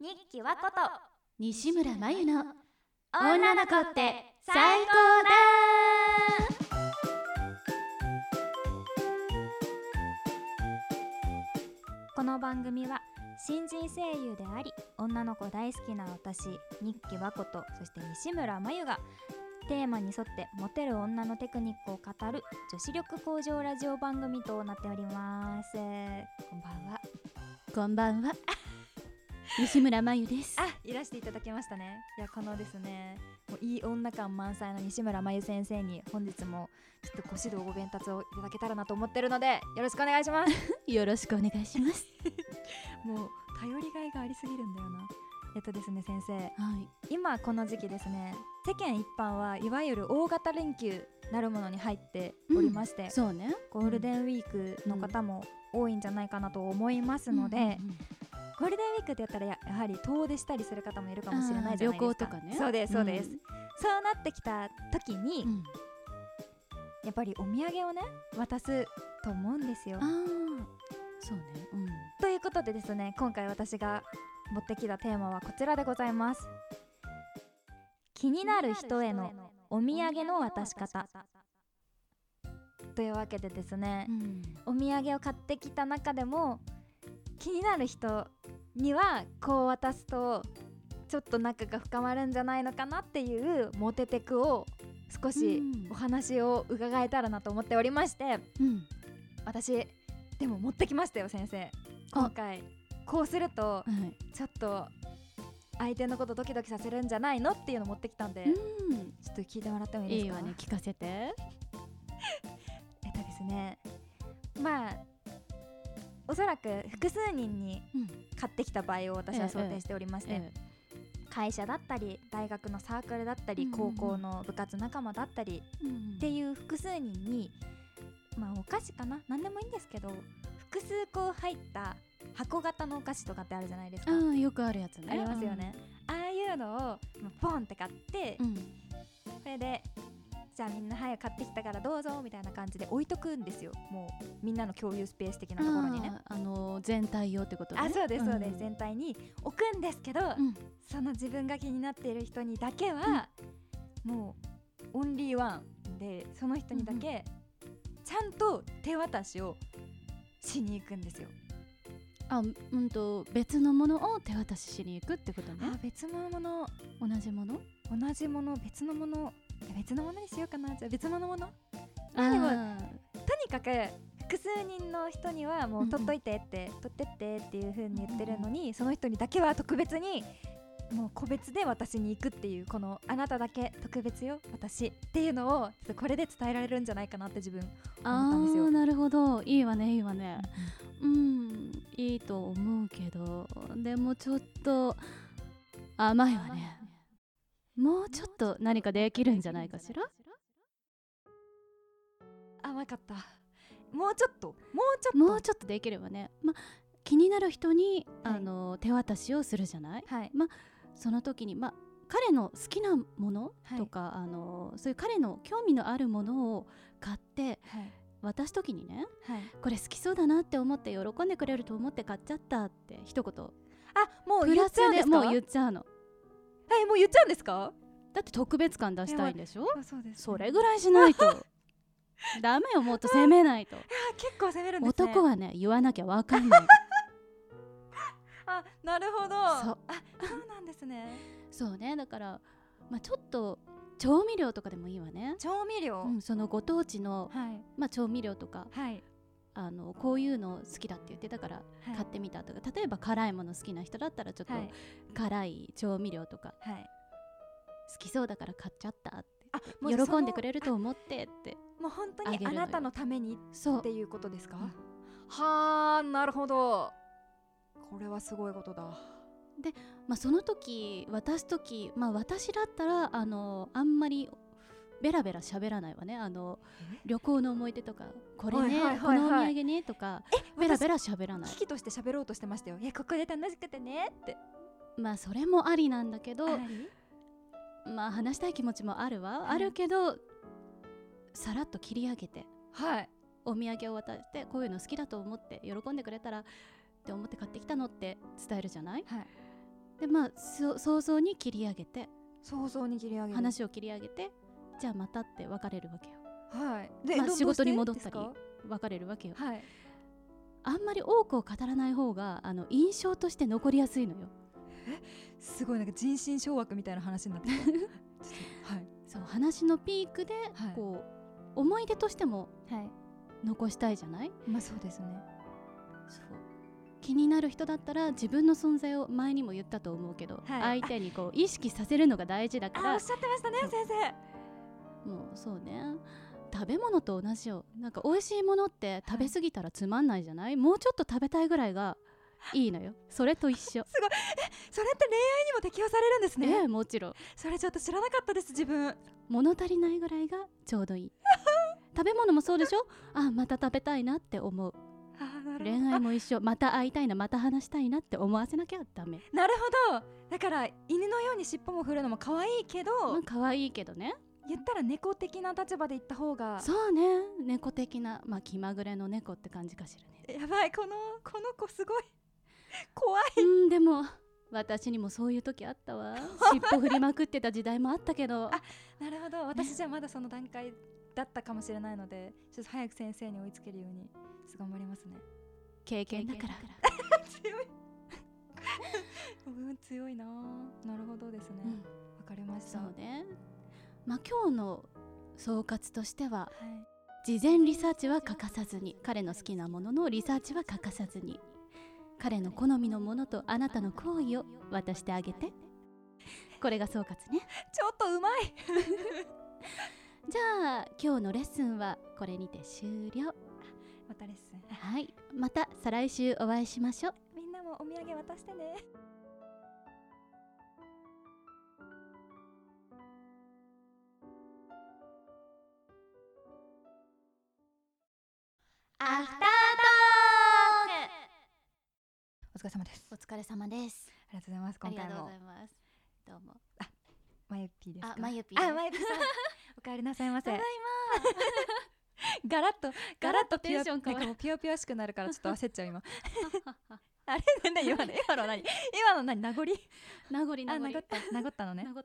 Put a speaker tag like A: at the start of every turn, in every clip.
A: ニッキワコと
B: 西村真由の
A: 女の子って最高だこの番組は新人声優であり女の子大好きな私ニッキワコとそして西村真由がテーマに沿ってモテる女のテクニックを語る女子力向上ラジオ番組となっておりますこんばんは
B: こん ばんは西村真由です
A: あいらしていただきましたねいやこのですねもういい女感満載の西村真由先生に本日もちょっとご指導ご鞭達をいただけたらなと思ってるのでよろしくお願いします
B: よろしくお願いします
A: もう頼りがいがありすぎるんだよなえっとですね先生
B: はい
A: 今この時期ですね世間一般はいわゆる大型連休なるものに入っておりまして、
B: そうね
A: ゴールデンウィークの方も多いんじゃないかなと思いますので、
B: うんうん
A: ゴールデンウィークってやったらややはり遠出したりする方もいるかもしれないじゃないですか
B: あー旅行とかね
A: そうですそうです、
B: うん
A: そうなってきた時に、
B: うんうん
A: やっぱりお土産をね渡すと思うんですよ
B: あーそうねうん
A: ということでですね今回私が持ってきたテーマはこちらでございます気に
C: 気に
A: な
C: な
A: る
C: る人
A: 人へ
C: への
A: の
C: お土産の渡し方
A: というわけでですね
B: う、ん
A: お土産を買ってきた中でも気になる人にはこう渡すとちょっと仲が深まるんじゃないのかなっていうモテテクを少し
B: うん
A: お話を伺えたらなと思っておりまして
B: うん
A: 私でも持ってきましたよ先生今回こうすると
B: はい
A: ちょっと相手のことドキドキさせるんじゃないのっていうの持ってきたんでち
B: う
A: ょっと聞いてもらっても
B: ん
A: いいで
B: い
A: す
B: い
A: か
B: わね聞かせて
A: えっとですねまあおそらく複数人に
B: うん
A: 買ってきた場合を私は想定しておりまして、
B: え
A: 会社だったり大学のサークルだったり、
B: うんうん
A: 高
B: うん
A: 校の部活仲間だったり
B: えうん
A: っていう複数人にまあお菓子かな何でもいいんですけど複数こう入った箱型のお菓子とかってあるじゃないですか。
B: ああよくあるやつね
A: ありますよね、ああいうのをもうポンって買って、
B: うん
A: これでじゃあみんな早く買ってきたからどうぞみたいな感じで置いとくんですよもうみんなの共有スペース的なところにね
B: あーあのー全体用ってことね
A: あそうですそうです、
B: ん
A: 全体に置くんですけど、
B: うん
A: その自分が気になっている人にだけは、もうオンリーワンでその人にだ
B: うん
A: けちゃんと手渡しをしに行くんですよ。
B: あうんと別のものを手渡ししに行くってこと
A: あ
B: ね
A: 別のもの
B: 同じもの
A: 同じもの別のものいや別のものにしようかなじゃあ別のもの
B: あ
A: でも
B: ー
A: とにかく複数人の人にはも
B: うんう
A: うん取っといてって、取ってってっていう風に言ってるのに、その人にだけは特別にもう個別で私に行くっていうこのあなただけ特別よ私っていうのをちょっとこれで伝えられるんじゃないかなって自分思ったんですよ
B: あーなるほどいいわねいいわねうんいいと思うけどでもちょっと甘いわねもうちょっと何かできるんじゃないかしら
A: 甘かったもうちょっともうちょっと
B: もうちょっとできればねま気になる人に、
A: はい
B: あの手渡しをするじゃない
A: はい
B: その時にま彼の好きなもの
A: はい
B: とか、あのそういう彼の興味のあるものを買って
A: はい
B: 渡す時にね
A: はい
B: これ好きそうだなって思って喜んでくれると思って買っちゃったって一言
A: あもう
B: プ
A: 言
B: ラ
A: っ
B: ス
A: ちゃうんで
B: です
A: か
B: もう言っちゃうの
A: はいもう言っちゃうんですか
B: だって特別感出したいんでしょ
A: あそうです、
B: それぐらいしないとダメよもっと責めないと
A: あ結構攻めるんですね
B: 男はね言わなきゃわかんない
A: あなるほど
B: そう
A: あそうなんですね
B: そうねだから、まあ、ちょっと調味料とかでもいいわね、
A: 調味料、
B: うん、そのご当地の、
A: はい
B: まあ、調味料とか
A: はい
B: あのこういうの好きだって言ってたから
A: はい
B: 買ってみたとか、例えば辛いもの好きな人だったらちょっと
A: はい
B: 辛い調味料とか
A: はい
B: 好きそうだから買っちゃったって
A: あ
B: 喜んでくれる
A: も
B: と思ってって
A: うそのあもう本当
B: あげ
A: にあ
B: るのよ
A: なたのために
B: そう
A: っていうことですか
B: うん
A: はあなるほどこれはすごいことだ
B: まあ、その時渡す時、まあ、私だったらあのあんまりベラベラ喋らないわねあの旅行の思い出とかこれね、
A: はいはいはいはい
B: このお土産ねとかベラベラ喋らない
A: 私危機として喋ろうとしてましたよいやここで楽しくてねって
B: まあそれもありなんだけど
A: あり
B: まあ話したい気持ちもあるわ、
A: ん
B: あるけどさらっと切り上げて
A: はい
B: お土産を渡してこういうの好きだと思って喜んでくれたらって思って買ってきたのって伝えるじゃない
A: はい
B: でまあそ想像に切り上げて
A: 想像に切り上げる
B: 話を切り上げてじゃあまたって別れるわけよ
A: はいで
B: まあ
A: ど
B: 仕事に
A: ど
B: 戻
A: う
B: っ
A: して
B: たり
A: です
B: 別れるわけよ
A: かはい
B: あんまり多くを語らない方があの印象として残りやすいのよ
A: すごいなんか人心掌握みたいな話になって きたちょっとはい
B: そう話のピークで、
A: はい
B: こう思い出としても
D: はい
B: 残したいじゃない
A: まあそうですね
B: そう気になる人だったら自分の存在を前にも言ったと思うけど、
A: はい
B: 相手にこう意識させるのが大事だか
A: あお
B: ら
A: っしゃってましたね
B: そう
A: 先
B: もうそうね食べ物と同じよなんか美味しいものって食べ過ぎたらつまんないじゃない、もうちょっと食べたいぐらいがいいのよそれと一緒
A: 生それって恋愛にも適用されるんです
B: ね
A: ね
B: もちろん
A: それちょっと知らなかったです自分
B: 物足りないぐらいがちょうどいい食べ物もそうでしょあまた食べたいなって思う
A: あーなるほど
B: 恋愛も一緒また会いたいなまた話したいなって思わせなきゃダメ
A: なるほどだから犬のように尻尾も振るのも可愛いけど、
B: まあ可愛いけどね
A: 言ったら猫的な立場で言った方が
B: そうね猫的なまあ気まぐれの猫って感じかしらね
A: やばいこのこの子すごい 怖い
B: うんでも私にもそういう時あったわ尻尾振りまくってた時代もあったけど
A: あなるほど私じゃまだその段階だったかもしれないのでちょっと早く先生に追いつけるようにちょっと頑張りますね
B: 経験だから
A: 強い うん強いなあなるほどですね
B: う
A: わ、
B: ん
A: かりました
B: そ
A: は
B: うねまあ今日の総括としてはい事前リサーチは欠かさずに彼の好きなもののリサーチは欠かさずに彼の好みのものとあなたの好意を渡してあげてこれが総括ね
A: ちょっとうまい
B: じゃあ今日のレッスンはこれにて終了
A: またレッスン
B: はいまた再来週お会いしましょう
A: みんなもお土産渡してね
C: アフタートーク
A: お疲れ様です
B: お疲れ様です
A: ありがとうございます今回も
B: いますどうも
A: まゆっぴーですか
B: あまゆぴーです
A: あまゆぴーさんお帰りなさいませ
B: ただい
A: ガラッとガラッとピュア
B: テンション変
A: なん
B: わる
A: かもうピュアピュアしくなるからちょっと焦っちゃう 今あれなんだ今の今の何今の何名残
B: ま名残名
A: あ
B: 残
A: 名残った名残ったのね
B: 名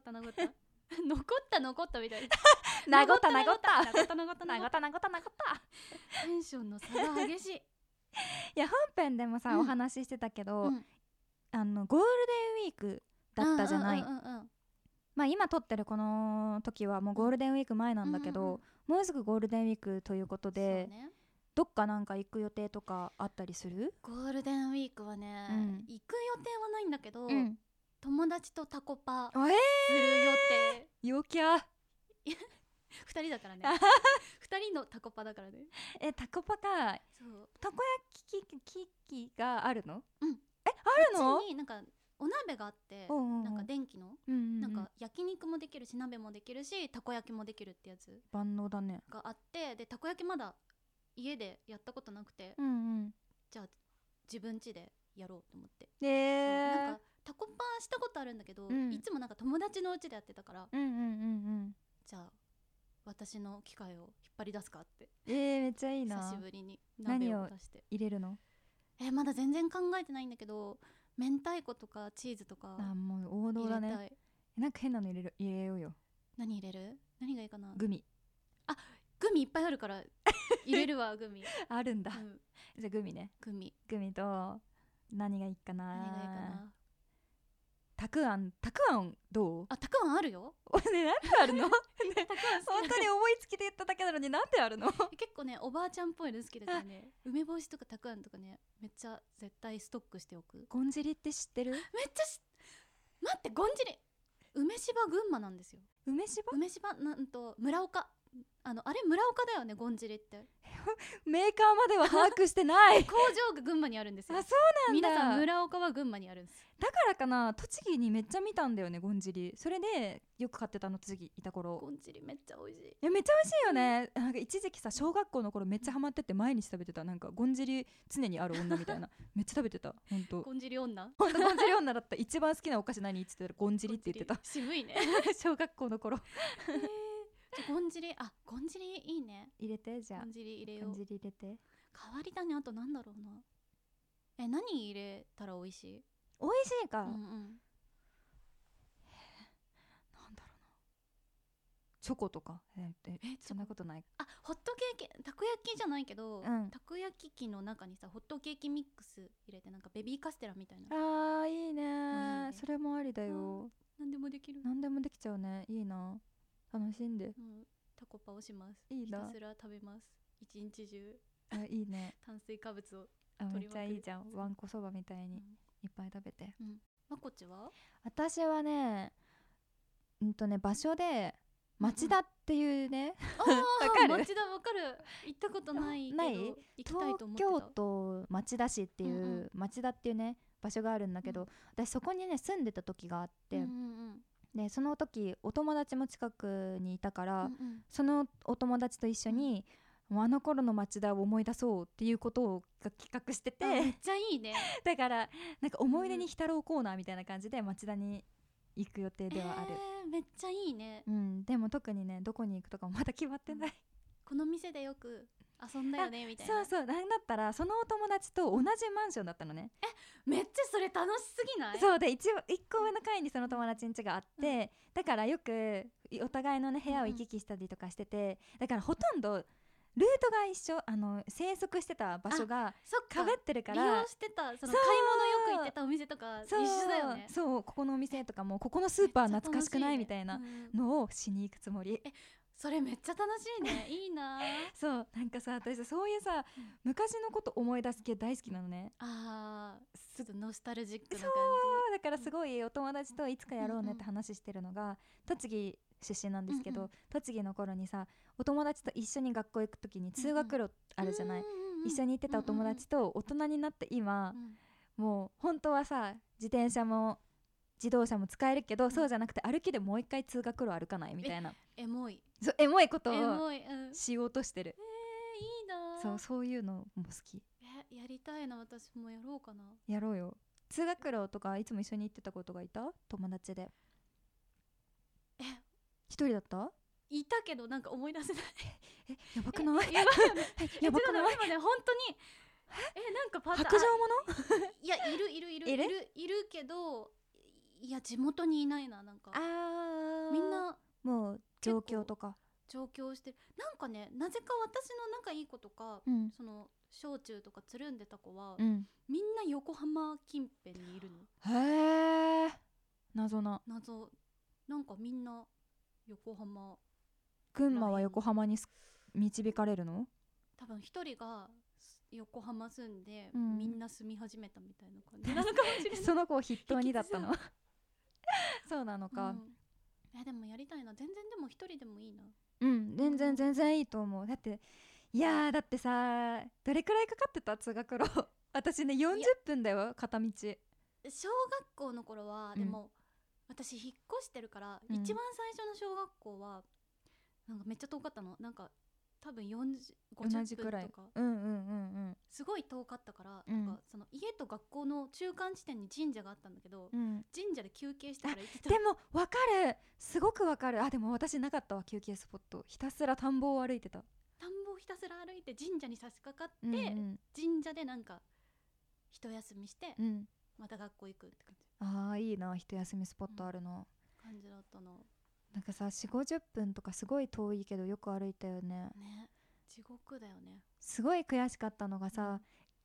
B: 残った名残った残った残ったみたいな
A: 名残った名残った
B: 名残った名残った
A: 名残
B: 名残
A: っ
B: った
A: 名残った名残った
B: たテンションの差が激しい
A: いや本編でもさ、
B: うん
A: お話ししてたけど、
B: うん
A: あのゴールデンウィークだったじゃない、
B: うんうんうんうん
A: まあ今撮ってるこの時はもうゴールデンウィーク前なんだけど、
B: うんうん
A: もうすぐゴールデンウィークということで、
B: そうね
A: どっかなんか行く予定とかあったりする、
B: ゴールデンウィークはね
A: うん
B: 行く予定はないんだけど
A: うん、
B: 友達とタコパ
A: あえ
B: する予定
A: ー、陽キャ
B: 二人 だからね二人のタコパだからね
A: えタコパか
B: そう
A: たこ焼き器器があるの
B: うん
A: えあるの
B: うちになんかお鍋があって
A: おうおうおう
B: なんか電気の
A: うんうんう
B: なんか焼肉もできるし鍋もできるしたこ焼きもできるってやつ
A: 万能だね
B: があってでたこ焼きまだ家でやったことなくて、
A: うんうん
B: じゃあ自分家でやろうと思って、
A: え
B: そう
A: ー、
B: なんかタコパしたことあるんだけど、
A: うん
B: いつもなんか友達の家でやってたから
A: うんうんうん
B: じゃあ私の機械を引っ張り出すかって
A: うんえー、めっちゃいい
B: 久
A: な
B: しぶりに
A: 何
B: 鍋
A: を
B: を出して
A: 入れるの
B: えまだ全然考えてないんだけど明太子とかチーズとか
A: あもう王道
B: 入れ
A: だ
B: たい、
A: ねなんか変なの入れる入れようよ
B: 何入れる何がいいかな
A: グミ
B: グミいっぱいあるから 入れるわグミ、
A: あるんだ
B: うん
A: じゃあグミね
B: グミ
A: グミと何がいいかな
B: 何がいいかな
A: たくあんたくあんどう
B: あたくあんあるよ
A: おねなんであるのね
B: たくあん好き
A: 本当に思いつきで言っただけなのになんであるの
B: 結構ねおばあちゃんっぽいの好きだからね梅干しとかたくあんとかねめっちゃ絶対ストックしておくめっ
A: ゴンジリって知ってる
B: ちゃし待ってゴンジリ梅芝群馬なんですよ
A: 梅しば
B: 梅芝なんと村岡あのあれ村岡だよねゴンジリって
A: メーカーまでは把握してない
B: 工場が群馬にあるんです
A: あ
B: よ
A: そうなんだ
B: 皆さん村岡は群馬にあるんです
A: だからかな栃木にめっちゃ見たんだよねゴンジリそれでよく買ってたの栃木いた頃
B: ゴンジリめっちゃ美味しい
A: いやめっちゃ美味しいよねなんか一時期さ小学校の頃めっちゃハマってて毎日食べてたなんかゴンジリ常にある女みたい なめっちゃ食べてたほんと
B: ゴンジリ女
A: ほんとゴンジリ女だった一番好きなお菓子何って言ってたらゴンジリって言ってた
B: ゴンジリ渋いね
A: 小学校の頃
B: じゃあゴンジリあゴンジリいいね
A: 入れてじ
B: ゴンジリ入れよう
A: リ入れて
B: 代わりだねあとなんだろうなえ何入れたら美味しい
A: 美味しいか、
B: うんうん
A: チョコとかええそんなことない
B: あホットケーキたこ焼きじゃないけど、
A: うん
B: たこ焼き器の中にさホットケーキミックス入れてなんかベビーカステラみたいな
A: あーいいね
B: ね
A: それもありだよ
B: 何でもできる、
A: 何でもできちゃうねいいな楽しんで
B: うん、タコパをします
A: いい
B: ひ
A: な
B: たすら食べます一日中
A: あいい ね
B: 炭水化物を
A: あめ
B: 取り
A: っち
B: まく
A: ゃ
B: る
A: いいじゃんわんこそばみたいにいっぱい食べて
B: まこっちは
A: 私はねうんとね場所で町田っていうね
B: あー
A: わかる
B: 町田わかる行ったことないけど
A: ない
B: 行きたい
A: 東
B: と思ってた
A: 京都町田市っていう、
B: うんう
A: 町田っていうね場所があるんだけど、私そこにね住んでた時があって、
B: うんうん
A: でその時お友達も近くにいたから、
B: うんうんうん
A: そのお友達と一緒に、もうあの頃の町田を思い出そうっていうことをが企画してて、
B: あめっちゃいいね
A: だからなんか思い出に浸ろうコーナーみたいな感じで町田に行く予定ではある、
B: えーめっちゃいいね
A: うん、でも特にねどこに行くとかもまだ決まってない、
B: この店でよく遊んだよねみたい
A: そ
B: な
A: うそうなんだったらそのお友達と同じマンションだったのね
B: めっちゃそれ楽しすぎない
A: そうで一応一個上の階にその友達ん家があって、だからよくいお互いのね部屋を行き来したりとかしてて、だからほとんどルートが一緒あの生息してた場所が
B: そっ
A: か
B: か
A: ぶってるか
B: 利
A: ら
B: 用してたそ
A: そ
B: の買
A: う
B: い物よく行ってたお店とか一
A: そう
B: 緒だよね
A: そうここのお店とかもここのスーパー懐かしくないみたいな
B: めっちゃ楽しいねうん
A: のをしに行くつもり、
B: それめっちゃ楽しいねいい な
A: そうなんかさ私さそういうさ昔のこと思い出す系大好きなのね
B: あーちょっとノスタルジックな
A: そ
B: 感
A: そうだからすごいお友達といつかやろうねって話してるのが、栃木出身なんですけど、
B: うんうん
A: 栃木の頃にさお友達と一緒に学校行く時に通学路あ
B: じ
A: るじゃない、
B: うんうんうん
A: 一緒に行ってたお友達と大人になって今、
B: うん
A: もう本当はさ自転車も自動車も使えるけど、そうじゃなくて歩きでもう一回通学路歩かないみたいな
B: エモい
A: そうエモいこと
B: エ
A: を
B: モいうん
A: しようとしてる
B: えーいいな
A: そうそういうのも好き
B: えやりたいな私もやろうかな
A: やろうよ通学路とかいつも一緒に行ってたことがいた友達で
B: え
A: 一人だった
B: いたけどなんか思い出せない
A: やばくない
B: えやばいよね
A: やばくない
B: い今ね本当にえなんかパターン
A: 白状
B: いやいるいるいる
A: い
B: い
A: る
B: るいるけどいや地元にいないななんか
A: あ
B: みんな
A: もう状況とか
B: 上京してるなんかねなぜか私の仲いい子とか、
A: うん
B: その小中とかつるんでた子は、
A: うん
B: みんな横浜近辺にいるの
A: へえ謎な
B: 謎なんかみんな横浜
A: 群馬は横浜にす導かれるの
B: 多分一人がす横浜住んで、
A: うん
B: みんな住み始めたみたいな感じ なのかもしれない
A: その子を筆頭にだったの そうなの
B: う
A: か
B: んえでもやりたいな全然でも一人でもいいな
A: うん、全然全然いいと思うだっていやーだってさどれくらいかかってた通学路 私ね40分だよ片道
B: 小学校の頃は、
A: うん
B: でも私引っ越してるから、
A: うん
B: 一番最初の小学校はなんかめっちゃ遠かったのなんか多分40
A: 同
B: 50
A: じくら
B: 分
A: い
B: とか
A: うんうんうん
B: すごい遠かったから、
A: うん
B: なんかその家と学校の中間地点に神社があったんだけど、
A: うんうん
B: 神社で休憩してから行ってた
A: でもわかるすごくわかるあでも私なかったわ休憩スポットひたすら田んぼを歩いてた
B: 田んぼをひたすら歩いて神社に差し掛かっ
A: う
B: て、
A: んうん
B: 神社でなんか一休みして、
A: うん
B: また学校行くって感じ
A: あーいいな一休みスポットあるの、
B: 感じだったの
A: なんかさ4 5 0分とかすごい遠いけどよく歩いたよね
B: ね地獄だよね
A: すごい悔しかったのがさ、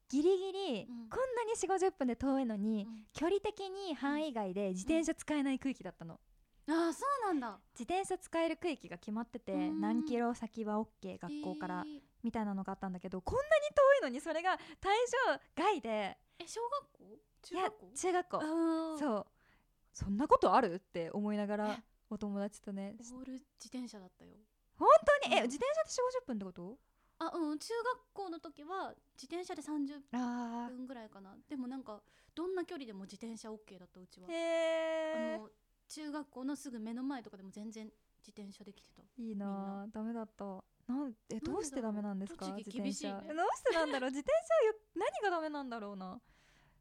A: ギリギリ、
B: うん
A: こんなに4 5 0分で遠いのに、
B: うん
A: 距離的に範囲外で自転車使えない区域だったの、
B: ああそうなんだ
A: 自転車使える区域が決まってて、
B: うん
A: 何キロ先は OK 学校から、
B: えー
A: みたいなのがあったんだけどこんなに遠いのにそれが対象外で
B: え小学校中学校
A: 中学校
B: あう
A: そうそんなことあるって思いながらお友達とね
B: オール自転車だったよ
A: 本当にえ
B: うん
A: 自転車で4 5 0分ってこと
B: あうん中学校の時は自転車で30
A: あ
B: 分ぐらいかなでもなんかどんな距離でも自転車 OK だったうちは
A: へえ
B: あの中学校のすぐ目の前とかでも全然自転車できてた
A: いいなダメだったなんえどうしてダメなんですか
B: なんで
A: 自
B: だろ
A: 転車、
B: う栃木厳しい
A: ど
B: ね
A: うしてなんだろう自転車よ 何がダメなんだろうな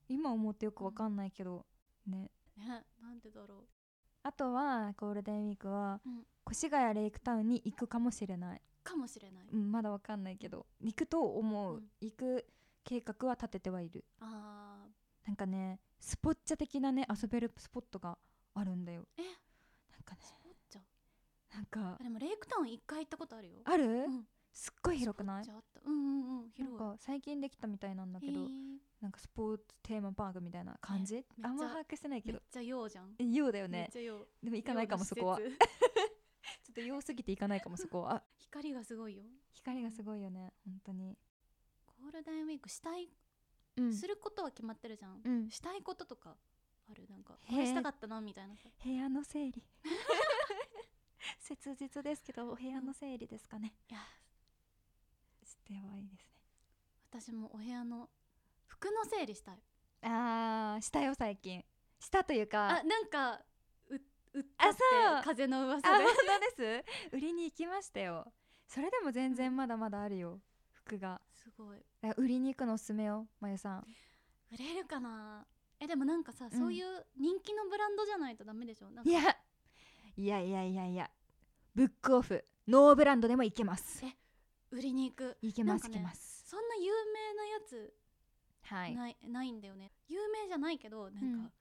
A: 今思ってよくわかんないけどね
B: ねなんでだろう
A: あとはゴールデンウィークは、
B: うん
A: 越谷レイクタウンに行くかもしれない、
B: かもしれない
A: うん、まだわかんないけど行くと思う、
B: うん
A: 行く計画は立ててはいる
B: あー
A: なんかねスポッチャ的なね遊べるスポットがあるんだよ
B: え
A: なんかね
B: スポッチャ
A: なんか
B: でもレイクタウン一回行ったことあるよ
A: ある、
B: ん
A: すっごい広くない
B: スポッチャあったうんうんうん
A: なん
B: 広い
A: か最近できたみたいなんだけど、
B: へえ
A: なんかスポーツテーマパークみたいな感じ、
B: めっちゃ
A: あんま把握してないけ
B: めっ
A: ど
B: ちゃ用じゃん
A: えようだよ
B: めっ
A: ね
B: ちゃ用
A: でも行かないかもそこはちょ
B: 用の施設
A: っとようすぎて行かないかもそこ はあ
B: 光がすごいよ
A: 光がすごいよね本当に
B: ゴールデンウィークしたい、
A: うん
B: することは決まってるじゃん、
A: うん
B: したいこととかあるなんか
A: へえ
B: これしたかったなみたいなさ
A: 部屋の整理 切実ですけどお部屋の整理ですかね
B: いや
A: してはいいですね
B: 私もお部屋の服の整理したい
A: あーしたよ最近したというか
B: あなんかううったって
A: あそう
B: 風の
A: あ
B: 噂
A: 本
B: で
A: 当 です売りに行きましたよそれでも全然まだまだあるよ服が
B: すごい
A: だから売りに行くのおすすめよまゆさん
B: 売れるかなえでもなんかさ、
A: うん
B: そういう人気のブランドじゃないとダメでしょなんか
A: いやいやいやいやいやブックオフノーブランドでも行けます
B: え売りに行く
A: 行けま
B: な
A: す、
B: ん
A: 行
B: かね
A: けます
B: そんな有名なやつ
A: はい
B: ない,、ないんだよね有名じゃないけどなんか、
A: うん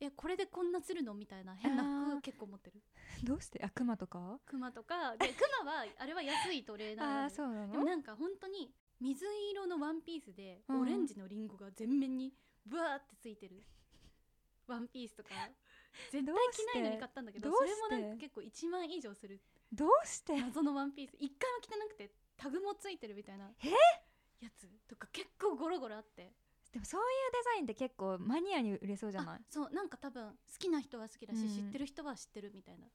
B: えこれでこんなするのみたいな変な
A: あー
B: 服結構持ってる
A: どうして悪魔とか
B: クマとかでクマはあれは安いトレーナーな
A: あ
B: の
A: あそうな
B: でも
A: の
B: なんか本当に水色のワンピースで
A: うん
B: オレンジのリンゴが全面にブワーってついてるワンピースと か絶対着ないのに買ったんだけど
A: どう
B: そ
A: し
B: れ
A: て
B: もなんか結構1万以上する
A: どうして
B: 謎のワンピース一回も着てなくてタグもついてるみたいな
A: え
B: やつとか結構ゴロゴロあって
A: でもそういうデザインって結構マニアに売れそうじゃない
B: あそうなんか多分好きな人は好きだし、
A: うん
B: 知ってる人は知ってるみたいな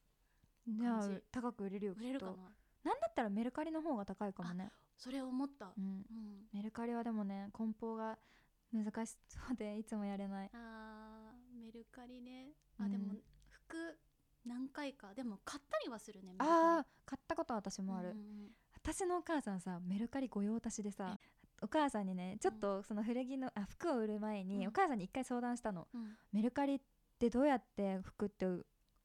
A: じゃあ
B: 感じ
A: 高く売れるよ
B: 売れるか
A: き
B: な
A: っとなんだったらメルカリの方が高いかもね、
B: それを思った、
A: うん、
B: うん、
A: メルカリはでもね梱包が難しそうでいつもやれない
B: あーメルカリね
A: う
B: あ
A: ん
B: でも服何回かでも買ったりはするねメルカリ
A: あー買ったことは私もある、
B: うんうん
A: 私のお母さんさメルカリ御用達でさお母さんにねちょっとその古着のあ服を売る前に、
B: うん
A: お母さんに一回相談したの
B: うん
A: メルカリってどうやって服って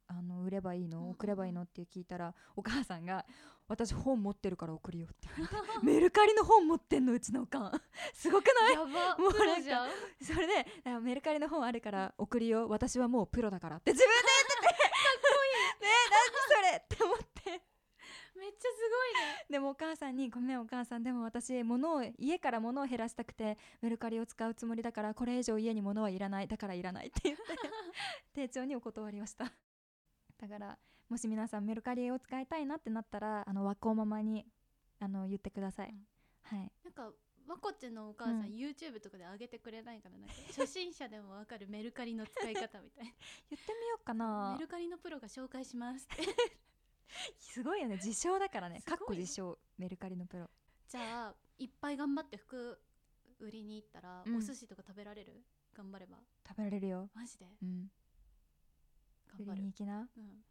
A: あの売ればいい
B: うんうんう
A: の
B: ん
A: 送ればいいのって聞いたらお母さんが「私本持ってるから送るよ」って 言われてメルカリの本持ってんのうちのおかん すごく ない
B: やば
A: もう
B: プロじゃん
A: それであメルカリの本あるから送るよ私はもうプロだからって自分 で言っててかっこいいねえ何それって思って
B: めっちゃす
A: でもお母さんに「ごめんお母さんでも私物を家から物を減らしたくてメルカリを使うつもりだからこれ以上家に物はいらないだからいらない」って言って 丁重にお断りをしただからもし皆さんメルカリを使いたいなってなったらあの和光ママにあの言ってください、
B: うん
A: はい
B: ごいねなんかわこちのお母さん、
A: うん
B: YouTube とかで上げてくれないからなんか初心者でもわかるメルカリの使い方 みたい
A: 言ってみようか
B: な
A: な
B: メルカリのプロが紹介しますって
A: すごいよね自称だからね
B: すご
A: か
B: い
A: っこ自称メルカリのプロ
B: じゃあいっぱい頑張って服売りに行ったら、
A: うん
B: お寿司とか食べられる頑張れば
A: 食べられるよ
B: マジで
A: うん売
B: 頑
A: り
B: 張
A: に
B: る
A: 行、きな
B: うん、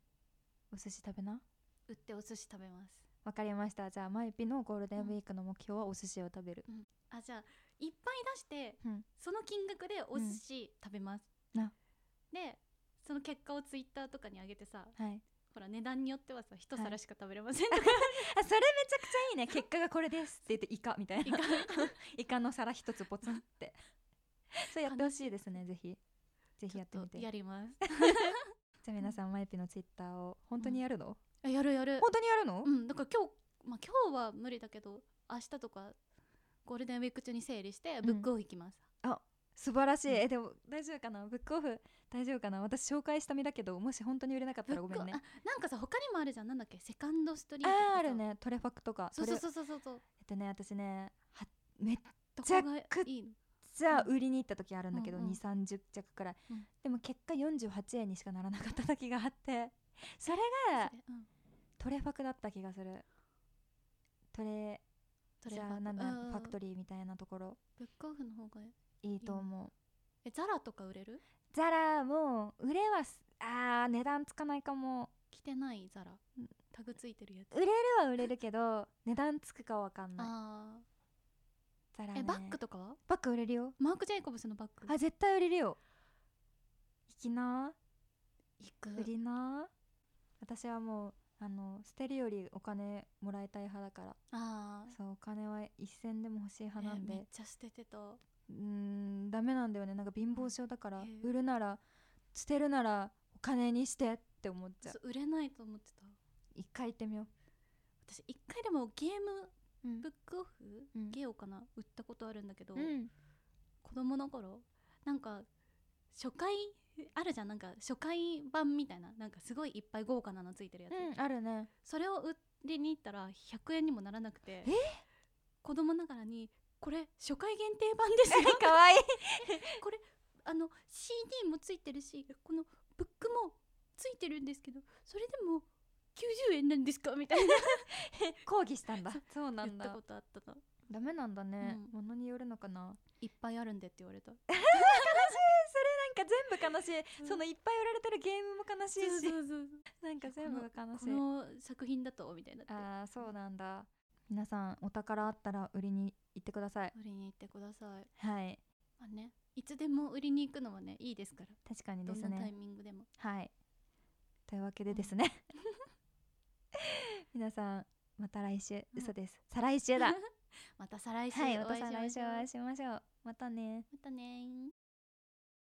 A: お寿司食べな
B: 売ってお寿司食べます
A: わかりましたじゃあマイピのゴールデンウィークの目標はお寿司を食べる、
B: あじゃあいっぱい出して、
A: うん
B: その金額でお寿司食べます、
A: あ
B: でその結果をツイッターとかに上げてさ
A: はい
B: ほら値段によってはさ一
A: はい
B: 皿しか食べれませんとか、
A: あそれめちゃくちゃいいね結果がこれですって言ってイカみたいなイカの皿一つポツンってそうやってほしいですねぜひぜひ
B: ちょ
A: や
B: っ
A: ってみ
B: と
A: て
B: や
A: じ
B: ります
A: ゃあ皆さんマイピのツイッターを本当にやるの、
B: あやるやる
A: 本当にやるの、
B: うんだから今日まあ今日は無理だけど明日とかゴールデンウィーク中に整理してブックオフ行きます、
A: 素晴らしい、
B: うん
A: えでも大丈夫かなブックオフ大丈夫かな私紹介した身だけどもし本当に売れなかったらごめんね
B: ブックあなんかさ他にもあるじゃんなんだっけセカンドストリー
A: あ
B: トとか
A: ー
B: さ
A: あるねトレファクとか
B: そうそう
A: トレ
B: そうそうそうそう
A: えっとね私ねはめっ
B: ど
A: ちゃ
B: こが
A: く
B: いいの
A: ちゃ売りに行った時あるんだけど、
B: うんうん
A: 2 3 0着くらい、
B: うん
A: でも結果48円にしかならなかった時があってそれが
B: それうん
A: トレファクだった気がするトレ
B: ト
A: じ
B: レー
A: ゃ
B: バ
A: あ
B: ー
A: なんだ
B: うんうん
A: ファクトリーみたいなところ
B: ブックオフの方が
A: いいと思う
B: えザラとか売れる
A: ザラも売れはすあー値段つかないかも
B: 着てないザラ
A: うん
B: タグついてるやつ
A: 売れるは売れるけど値段つくかわかんない
B: あ
A: ザラ、
B: ー
A: ね、
B: えバッグとかは
A: バッグ売れるよ
B: マーク・ジェイコブスのバッグ
A: あ絶対売れるよ行きな
B: 行く
A: 売りな私はもうあの捨てるよりお金もらいたい派だから
B: あー
A: そうお金は一銭でも欲しい派な
B: え
A: んで、
B: めっちゃ捨ててた
A: うーんダメなんだよねなんか貧乏症だから、
B: へえ
A: 売るなら捨てるならお金にしてって思っちゃう
B: そう売れないと思ってた
A: 一回行ってみよう
B: 私一回でもゲーム
A: うん
B: ブックオフ、
A: うん
B: ゲオかな売ったことあるんだけど、
A: うん
B: 子供の頃なんか初回あるじゃんなんか初回版みたいななんかすごいいっぱい豪華なのついてるやつ、
A: うんあるね
B: それを売りに行ったら100円にもならなくて
A: え
B: 子供ながらに「これ初回限定版ですよ
A: かわいい
B: あの CD もついてるしこのブックもついてるんですけどそれでも90円なんですか?」みたいな
A: 抗議したんだそう な
B: 言ったことあったの
A: ダメなんだね
B: う
A: ものによるのかななん
B: いっぱいあるんでって言われた
A: か全部悲しいそのいっぱい売られてるゲームも悲しいし
B: うそうそう
A: なんか全部が悲
B: こ
A: しい
B: の作品だとみたいになって
A: あーそうなんだ皆さんお宝あったら売りに行ってください
B: 売りに行ってください
A: はい
B: まあねいつでも売りに行くのはねいいですから
A: 確かにで
B: ど
A: す
B: んなタ
A: ね
B: イミングでも
A: はいというわけでですね 皆さんまた来週
B: うん
A: 嘘です再来週だ
B: また再来週お
A: は
B: 会い
A: い
B: しま
A: ま
B: しょう
A: た再来週お会いしましょうまたね
B: またねー